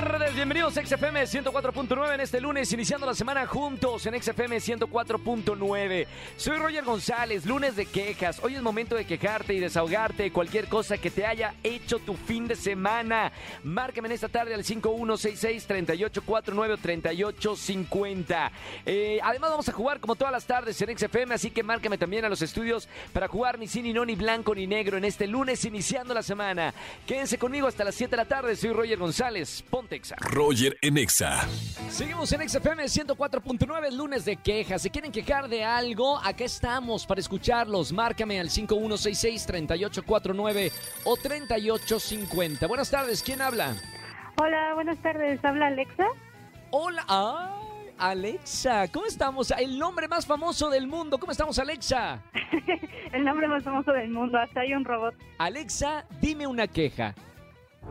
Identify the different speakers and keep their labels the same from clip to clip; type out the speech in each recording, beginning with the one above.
Speaker 1: tardes, bienvenidos a XFM 104.9 en este lunes, iniciando la semana juntos en XFM 104.9. Soy Roger González, lunes de quejas. Hoy es momento de quejarte y desahogarte de cualquier cosa que te haya hecho tu fin de semana. Márcame en esta tarde al 5166-3849 o 3850. Eh, además vamos a jugar como todas las tardes en XFM, así que márcame también a los estudios para jugar ni sí, ni no, ni blanco, ni negro en este lunes, iniciando la semana. Quédense conmigo hasta las 7 de la tarde. Soy Roger González, Pontexa.
Speaker 2: Roger en Exa.
Speaker 1: Seguimos en XFM 104.9, lunes de quejas. Si quieren quejar de algo, acá estamos para escucharlos. Márcame al 5166-3849 o 3850. Buenas tardes, ¿quién habla?
Speaker 3: Hola, buenas tardes. Habla Alexa.
Speaker 1: Hola, ay, Alexa, ¿cómo estamos? El nombre más famoso del mundo, ¿cómo estamos, Alexa?
Speaker 3: El nombre más famoso del mundo. Hasta hay un robot.
Speaker 1: Alexa, dime una queja.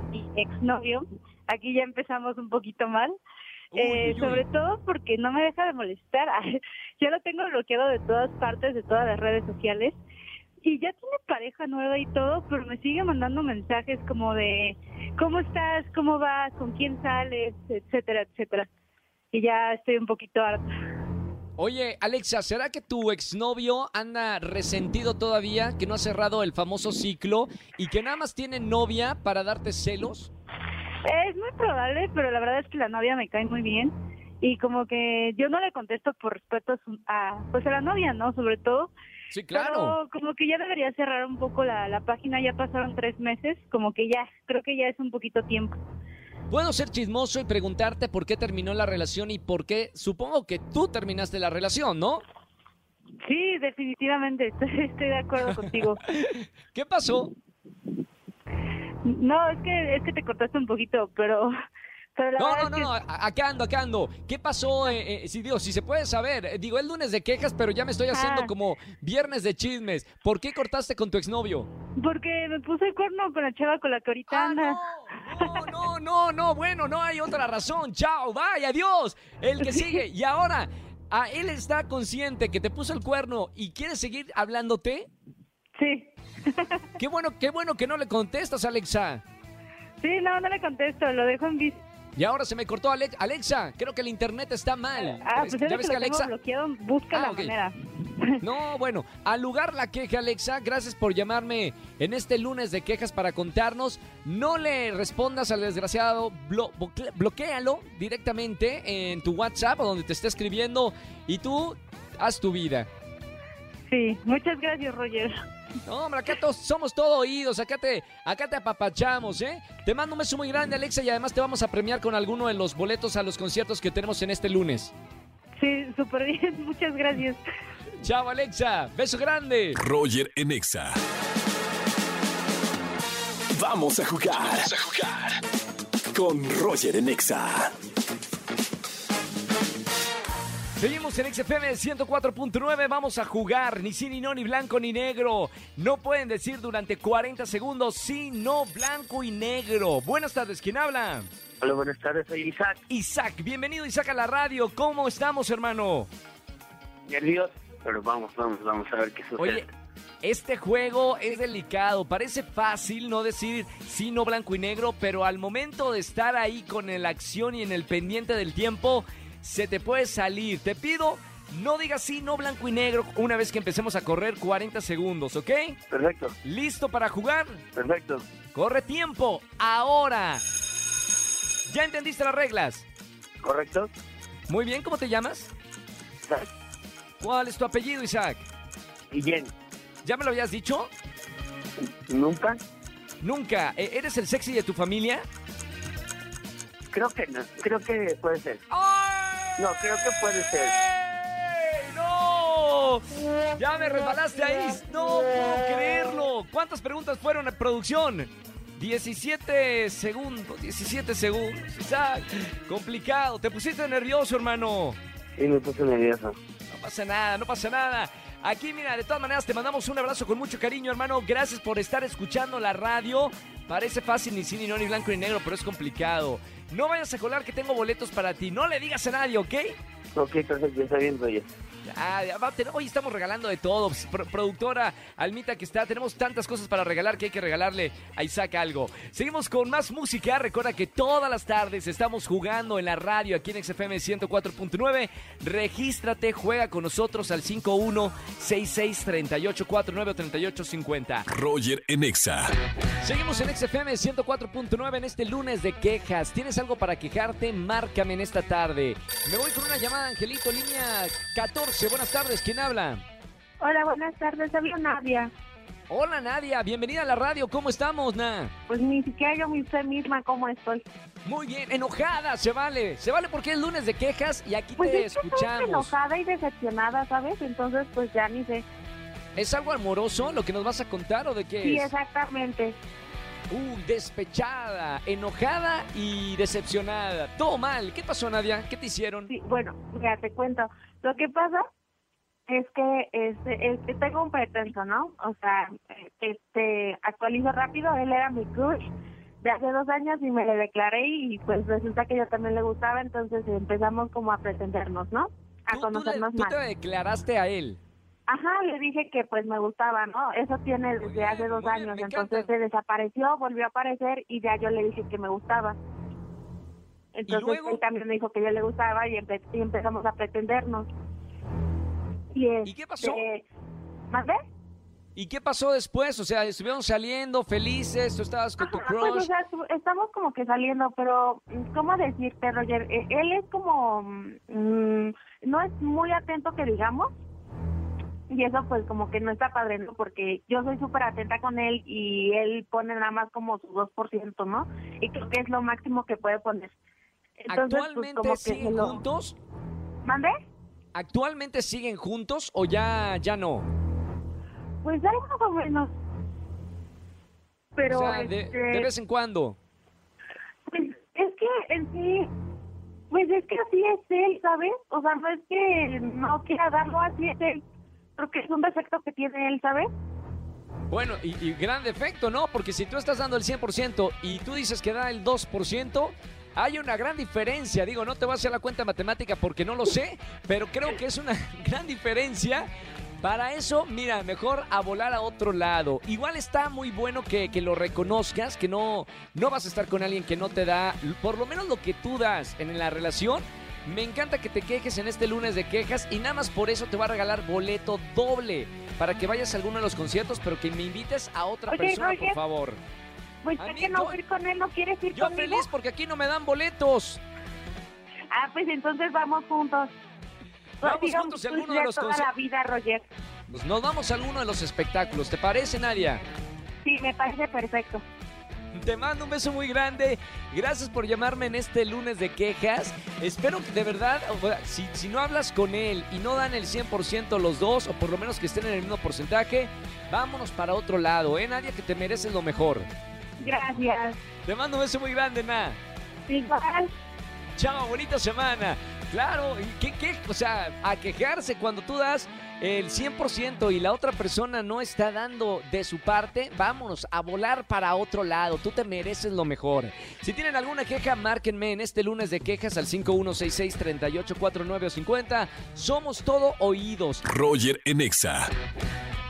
Speaker 3: Mi exnovio. Aquí ya empezamos un poquito mal. Eh,
Speaker 1: Uy, uy, uy.
Speaker 3: sobre todo porque no me deja de molestar. Yo lo tengo bloqueado de todas partes, de todas las redes sociales. Y ya tiene pareja nueva y todo, pero me sigue mandando mensajes como de ¿cómo estás? ¿Cómo vas? ¿Con quién sales? Etcétera, etcétera. Y ya estoy un poquito harta.
Speaker 1: Oye, Alexa, ¿será que tu exnovio anda resentido todavía, que no ha cerrado el famoso ciclo y que nada más tiene novia para darte celos?
Speaker 3: Es muy probable, pero la verdad es que la novia me cae muy bien y como que yo no le contesto por respeto a, su- a, pues a la novia, ¿no? Sobre todo.
Speaker 1: Sí, claro.
Speaker 3: Pero como que ya debería cerrar un poco la, la página, ya pasaron tres meses, como que ya, creo que ya es un poquito tiempo.
Speaker 1: Puedo ser chismoso y preguntarte por qué terminó la relación y por qué supongo que tú terminaste la relación, ¿no?
Speaker 3: Sí, definitivamente, estoy, estoy de acuerdo contigo.
Speaker 1: ¿Qué pasó?
Speaker 3: No, es que, es que te cortaste un poquito, pero... pero la
Speaker 1: No,
Speaker 3: verdad
Speaker 1: no, no,
Speaker 3: es
Speaker 1: no, a- acá ando, acá ando. ¿Qué pasó? Eh, eh, si digo, si se puede saber, Eh, digo, es lunes de quejas, pero ya me estoy haciendo
Speaker 3: Ah.
Speaker 1: como viernes de chismes. ¿Por qué cortaste con tu exnovio?
Speaker 3: que- Porque me puse el cuerno con la chava con la que ahorita
Speaker 1: Ah,
Speaker 3: anda.
Speaker 1: no, no, no, no, bueno, no hay otra razón. Chao, bye, adiós. El que sigue. Y ahora, ¿a él está consciente que te puso el cuerno y quiere seguir hablándote?
Speaker 3: Sí,
Speaker 1: Qué bueno, qué bueno que no le contestas, Alexa.
Speaker 3: sí, no, no le contesto, lo dejo en visto.
Speaker 1: Y ahora se me cortó Alex. Alexa, creo que el internet está mal.
Speaker 3: Ah, pues
Speaker 1: ¿Ya
Speaker 3: ya
Speaker 1: ves
Speaker 3: que
Speaker 1: que
Speaker 3: lo tengo
Speaker 1: Alexa?
Speaker 3: bloqueado, busca
Speaker 1: Ah,
Speaker 3: la
Speaker 1: ok.
Speaker 3: manera.
Speaker 1: No, bueno, al lugar la queja, Alexa. Gracias por llamarme en este lunes de quejas para contarnos. No le respondas al desgraciado, blo- bocle- bloquéalo directamente en tu WhatsApp o donde te esté escribiendo y tú haz tu vida.
Speaker 3: Sí, muchas gracias, Roger.
Speaker 1: No, hombre, acá todos, somos todo oídos, acá te, acá te apapachamos, ¿eh? Te mando un beso muy grande, Alexa, y además te vamos a premiar con alguno de los boletos a los conciertos que tenemos en este lunes.
Speaker 3: Sí, súper bien, muchas gracias.
Speaker 1: Chao, Alexa, beso grande.
Speaker 2: Roger en Exa. Vamos a jugar. Vamos a jugar. Con Roger en Exa.
Speaker 1: Seguimos en XFM 104.9, vamos a jugar, ni sí, ni no, ni blanco, ni negro. No pueden decir durante 40 segundos sí, no, blanco y negro. Buenas tardes, ¿quién habla?
Speaker 4: Hola, buenas tardes, soy Isaac.
Speaker 1: Isaac, bienvenido Isaac a la radio, ¿cómo estamos hermano?
Speaker 4: Nervios, pero vamos, vamos, vamos a ver qué sucede.
Speaker 1: Oye, este juego es delicado, parece fácil no decir sí, no, blanco y negro, pero al momento de estar ahí con la acción y en el pendiente del tiempo, se te puede salir. Te pido, no digas sí, no, blanco y negro una vez que empecemos a correr 40 segundos, ¿ok?
Speaker 4: Perfecto,
Speaker 1: ¿Listo para jugar?
Speaker 4: perfecto.
Speaker 1: Corre tiempo, ahora. ¿Ya entendiste las reglas?
Speaker 4: ¿Correcto?
Speaker 1: Muy bien, ¿cómo te llamas?
Speaker 4: Isaac.
Speaker 1: ¿Cuál es tu apellido, Isaac?
Speaker 4: Guillén,
Speaker 1: ¿Ya me lo habías dicho?
Speaker 4: ¿nunca?
Speaker 1: Nunca. ¿E- ¿Eres el sexy de tu familia?
Speaker 4: Creo que no, creo que puede ser. No, creo que puede ser.
Speaker 1: ¡Ey! ¡No! Ya me resbalaste ahí. No puedo creerlo. ¿Cuántas preguntas fueron a producción? 17 segundos, 17 segundos. Isaac, complicado. Te pusiste nervioso, hermano.
Speaker 4: Y me puse nervioso.
Speaker 1: No pasa nada, no pasa nada. Aquí, mira, de todas maneras te mandamos un abrazo con mucho cariño, hermano. Gracias por estar escuchando la radio. Parece fácil ni sí, ni no, ni blanco ni negro, pero es complicado. No vayas a colar que tengo boletos para ti. No le digas a nadie, ¿ok?
Speaker 4: Ok, perfecto, está bien, Roger.
Speaker 1: Ah, va a tener- hoy estamos regalando de todo. Pues, Pro- productora Almita que está, tenemos tantas cosas para regalar que hay que regalarle a Isaac algo. Seguimos con más música. Recuerda que todas las tardes estamos jugando en la radio aquí en XFM 104.9. Regístrate, juega con nosotros al 5166 3849 o 3850.
Speaker 2: Roger en Exa.
Speaker 1: Seguimos en XFM 104.9 en este lunes de quejas. ¿Tienes algo para quejarte? Márcame en esta tarde. Me voy con una llamada, Angelito, línea 14. Buenas tardes, ¿quién habla?
Speaker 3: Hola, buenas tardes, hablo Nadia.
Speaker 1: Hola Nadia, bienvenida a la radio, ¿cómo estamos, Na?
Speaker 3: Pues ni siquiera yo usted misma cómo estoy.
Speaker 1: Muy bien, enojada, se vale. Se vale porque es lunes de quejas y aquí
Speaker 3: Pues
Speaker 1: te
Speaker 3: es que estoy
Speaker 1: escuchamos.
Speaker 3: enojada y decepcionada, ¿sabes? Entonces, pues ya ni sé.
Speaker 1: ¿Es algo amoroso lo que nos vas a contar o de qué
Speaker 3: Sí,
Speaker 1: es?
Speaker 3: exactamente.
Speaker 1: Uh, despechada, enojada y decepcionada. Todo mal. ¿Qué pasó, Nadia? ¿Qué te hicieron?
Speaker 3: Sí, bueno, mira, te cuento. Lo que pasa es que este, este, tengo un pretenso, ¿no? O sea, este, actualizo rápido, él era mi crush de hace dos años y me le declaré y pues resulta que yo también le gustaba, entonces empezamos como a pretendernos, ¿no? A
Speaker 1: Tú- tú, le-
Speaker 3: conocernos
Speaker 1: tú
Speaker 3: más.
Speaker 1: te declaraste a él.
Speaker 3: Ajá, le dije que pues me gustaba, ¿no? Eso tiene
Speaker 1: Muy
Speaker 3: desde
Speaker 1: bien,
Speaker 3: hace dos
Speaker 1: muy bien,
Speaker 3: años,
Speaker 1: me
Speaker 3: entonces
Speaker 1: encanta.
Speaker 3: se desapareció, volvió a aparecer y ya yo le dije que me gustaba. Entonces
Speaker 1: luego?
Speaker 3: él también me dijo que yo le gustaba y, empe- y empezamos a pretendernos. ¿Y,
Speaker 1: ¿Y qué pasó?
Speaker 3: este, ¿Más ves?
Speaker 1: ¿Y qué pasó después? O sea, estuvieron saliendo felices, tú estabas con tu
Speaker 3: Ajá, pues, o
Speaker 1: crush.
Speaker 3: sea, su- estamos como que saliendo, pero mm, ¿cómo decirte, Roger? Eh, Él es como, mm, no es muy atento que digamos, y eso pues como que no está padre, ¿no? Porque yo soy súper atenta con él y él pone nada más como su 2%, ¿no? Y creo que es lo máximo que puede poner. Entonces, pues
Speaker 1: ¿Actualmente
Speaker 3: como que se
Speaker 1: siguen
Speaker 3: lo...
Speaker 1: juntos?
Speaker 3: ¿Mandé?
Speaker 1: ¿Actualmente siguen juntos o ya, ya no?
Speaker 3: Pues algo más o menos. Pero,
Speaker 1: o sea, de,
Speaker 3: este,
Speaker 1: de vez en cuando.
Speaker 3: Pues es que en sí, pues es que así es él, ¿sabes? O sea, no es que no quiera darlo, así es él. Creo que es un defecto que tiene él, ¿sabes?
Speaker 1: Bueno, y, y gran defecto, ¿no? Porque si tú estás dando el 100% y tú dices que da el 2%, hay una gran diferencia. Digo, no te voy a hacer la cuenta matemática porque no lo sé, pero creo que es una gran diferencia. Para eso, mira, mejor a volar a otro lado. Igual está muy bueno que, que lo reconozcas, que no, no vas a estar con alguien que no te da, por lo menos lo que tú das en la relación. Me encanta que te quejes en este lunes de quejas y nada más por eso te va a regalar boleto doble para que vayas a alguno de los conciertos, pero que me invites a otra
Speaker 3: Oye,
Speaker 1: persona, por
Speaker 3: Roger.
Speaker 1: favor.
Speaker 3: Pues ya que no
Speaker 1: Amigo.
Speaker 3: voy a ir con él, ¿no quieres ir
Speaker 1: Yo
Speaker 3: conmigo?
Speaker 1: feliz porque aquí no me dan boletos.
Speaker 3: Ah, pues entonces vamos juntos.
Speaker 1: Vamos
Speaker 3: Digamos,
Speaker 1: juntos a
Speaker 3: pues,
Speaker 1: alguno de
Speaker 3: ya
Speaker 1: los
Speaker 3: toda
Speaker 1: conce-
Speaker 3: la vida, Roger.
Speaker 1: Pues nos vamos a alguno de los espectáculos, ¿te parece, Nadia?
Speaker 3: Sí, me parece perfecto.
Speaker 1: Te mando un beso muy grande. Gracias por llamarme en este lunes de quejas. Espero que de verdad, o sea, si, si no hablas con él y no dan el 100% los dos, o por lo menos que estén en el mismo porcentaje, vámonos para otro lado, ¿eh, Nadia? Que te mereces lo mejor.
Speaker 3: Gracias.
Speaker 1: Te mando un beso muy grande, Na.
Speaker 3: Igual.
Speaker 1: Chao, bonita semana. Claro, y ¿qué, qué? o sea, a quejarse cuando tú das el 100% y la otra persona no está dando de su parte, vámonos a volar para otro lado. Tú te mereces lo mejor. Si tienen alguna queja, márquenme en este lunes de quejas al 5166-384950. Somos todo oídos.
Speaker 2: Roger en Exa.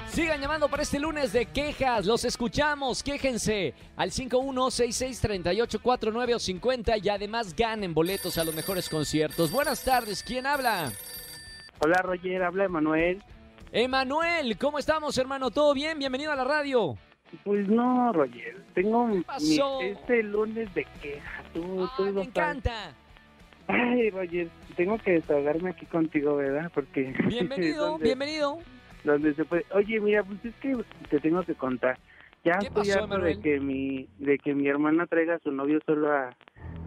Speaker 1: Sigan llamando para este lunes de quejas. Los escuchamos. Quéjense al 51663849 o 50 y además ganen boletos a los mejores conciertos. Buenas tardes. ¿Quién habla?
Speaker 4: Hola, Roger, habla Emanuel.
Speaker 1: Emanuel, ¿cómo estamos, hermano? ¿Todo bien? Bienvenido a la radio.
Speaker 4: Pues no, Roger, tengo mi-
Speaker 1: pasó?
Speaker 4: este lunes de queja. Tú,
Speaker 1: Ah,
Speaker 4: tú
Speaker 1: me
Speaker 4: lo sabes.
Speaker 1: encanta.
Speaker 4: Ay, Roger, tengo que desahogarme aquí contigo, ¿verdad? Porque
Speaker 1: Bienvenido,
Speaker 4: donde-
Speaker 1: bienvenido.
Speaker 4: donde se puede. Oye, mira, pues es que te tengo que contar. Ya
Speaker 1: ¿Qué
Speaker 4: estoy
Speaker 1: pasó,
Speaker 4: harto
Speaker 1: Emanuel?
Speaker 4: de que mi de que mi hermana traiga a su novio solo a,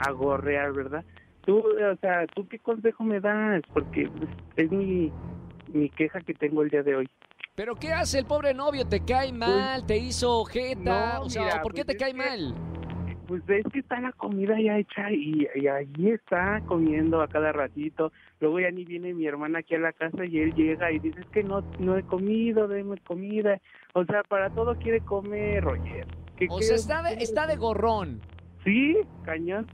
Speaker 4: a gorrear, ¿verdad? Tú, o sea, ¿tú qué consejo me das? Porque pues, es mi mi queja que tengo el día de hoy.
Speaker 1: ¿Pero qué hace el pobre novio? ¿Te cae mal? ¿Te hizo jeta?
Speaker 4: No,
Speaker 1: o sea,
Speaker 4: mira,
Speaker 1: ¿por qué te
Speaker 4: pues es
Speaker 1: cae
Speaker 4: que-
Speaker 1: mal?
Speaker 4: Pues es que está la comida ya hecha y, y ahí está comiendo a cada ratito. Luego ya ni viene mi hermana aquí a la casa y él llega y dice, es que no, no he comido, deme comida. O sea, para todo quiere comer, Roger. ¿Qué
Speaker 1: O
Speaker 4: qué-
Speaker 1: sea, está de, está de gorrón.
Speaker 4: Sí, cañón.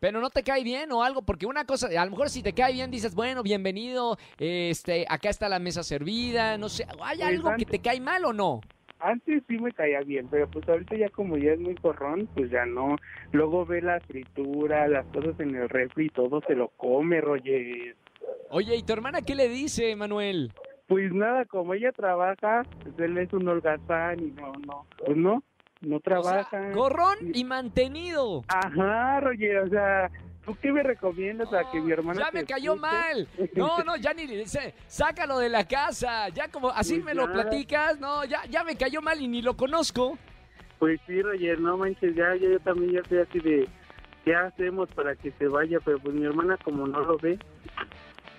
Speaker 1: Pero no te cae bien o algo, porque una cosa, a lo mejor si te cae bien dices, bueno, bienvenido, este, acá está la mesa servida, no sé, ¿hay algo que te cae mal o no?
Speaker 4: Antes sí me caía bien, pero pues ahorita ya como ya es muy corrón, pues ya no. Luego ve la fritura, las cosas en el refri y todo se lo come, Roger.
Speaker 1: Oye, ¿y tu hermana qué le dice, Manuel?
Speaker 4: Pues nada, como ella trabaja, pues él es un holgazán y no, no, pues no, no trabaja.
Speaker 1: O sea, gorrón y mantenido.
Speaker 4: Ajá, Roger, o sea, ¿tú qué me recomiendas a que mi hermana...
Speaker 1: Oh, Ya me
Speaker 4: te
Speaker 1: cayó
Speaker 4: escuche?
Speaker 1: mal. No, no, ya ni le sé. Sácalo de la casa. Ya como así
Speaker 4: Pues
Speaker 1: me lo
Speaker 4: ya.
Speaker 1: platicas. No, ya, ya me cayó mal y ni lo conozco.
Speaker 4: Pues sí, Roger, no manches, ya, ya yo también ya estoy así de, ¿qué hacemos para que se vaya? Pero pues mi hermana como no lo ve,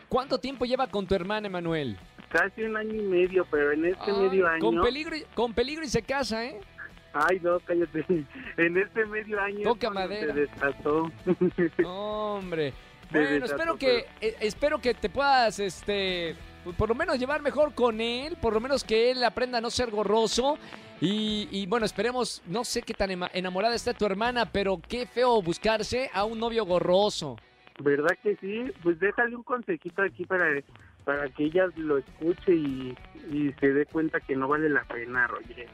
Speaker 1: ¿Cuánto tiempo lleva con tu hermana, Manuel?
Speaker 4: casi un año y medio, pero en este
Speaker 1: Ay,
Speaker 4: medio año...
Speaker 1: Con peligro, y- con peligro y se casa, ¿eh?
Speaker 4: Ay, no, cállate. En este medio año
Speaker 1: Toca
Speaker 4: es cuando
Speaker 1: madera.
Speaker 4: se desató.
Speaker 1: No, hombre.
Speaker 4: De
Speaker 1: Bueno,
Speaker 4: desató,
Speaker 1: espero que, eh, espero que te puedas, este, pues, por lo menos llevar mejor con él, por lo menos que él aprenda a no ser gorroso. Y, y, bueno, esperemos, no sé qué tan ema- enamorada está tu hermana, pero qué feo buscarse a un novio gorroso.
Speaker 4: ¿Verdad que sí? Pues déjale un consejito aquí para, para que ella lo escuche y, y se dé cuenta que no vale la pena, Roger.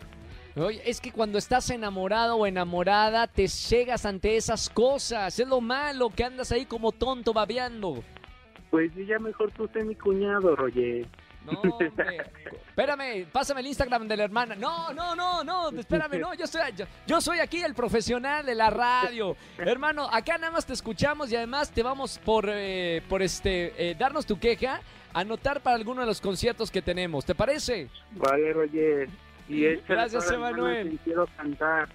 Speaker 1: Oye, es que cuando estás enamorado o enamorada, te cegas ante esas cosas. Es lo malo que andas ahí como tonto babeando.
Speaker 4: Pues sí, ya mejor tú sé mi cuñado, Roger.
Speaker 1: No, hombre. Espérame, pásame el Instagram de la hermana. No, no, no, no, espérame, no, yo soy, yo, yo soy aquí el profesional de la radio. Hermano, acá nada más te escuchamos y además te vamos por, eh, por este, eh, darnos tu queja, anotar para alguno de los conciertos que tenemos, ¿te parece?
Speaker 4: Vale, Roger. Y échale
Speaker 1: Gracias,
Speaker 4: todas las ganas
Speaker 1: Emanuel.
Speaker 4: que Quiero cantar.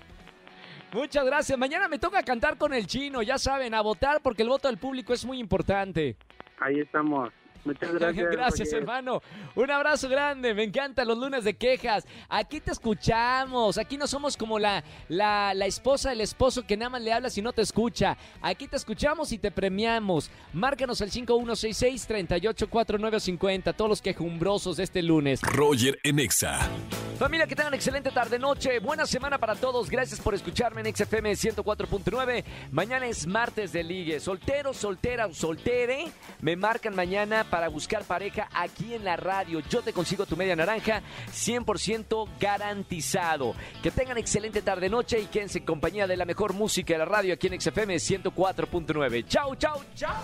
Speaker 1: Muchas gracias. Mañana me toca cantar con el chino, ya saben, a votar porque el voto del público es muy importante.
Speaker 4: Ahí estamos. Muchas gracias. Roger.
Speaker 1: hermano. Un abrazo grande. Me encantan los lunes de quejas. Aquí te escuchamos. Aquí no somos como la, la, la esposa del esposo que nada más le hablas y no te escucha. Aquí te escuchamos y te premiamos. Márcanos al 5166-384950. Todos los quejumbrosos de este lunes.
Speaker 2: Roger en Exa.
Speaker 1: Familia, que tengan excelente tarde, noche. Buena semana para todos. Gracias por escucharme en XFM 104.9. Mañana es martes de ligue. Soltero, soltera o soltere, me marcan mañana para buscar pareja aquí en la radio. Yo te consigo tu media naranja 100% garantizado. Que tengan excelente tarde, noche y quédense en compañía de la mejor música de la radio aquí en XFM 104.9. Chau, chau, chau.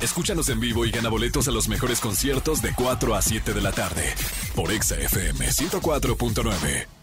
Speaker 2: Escúchanos en vivo y gana boletos a los mejores conciertos de 4 a 7 de la tarde por Exa FM 104.9.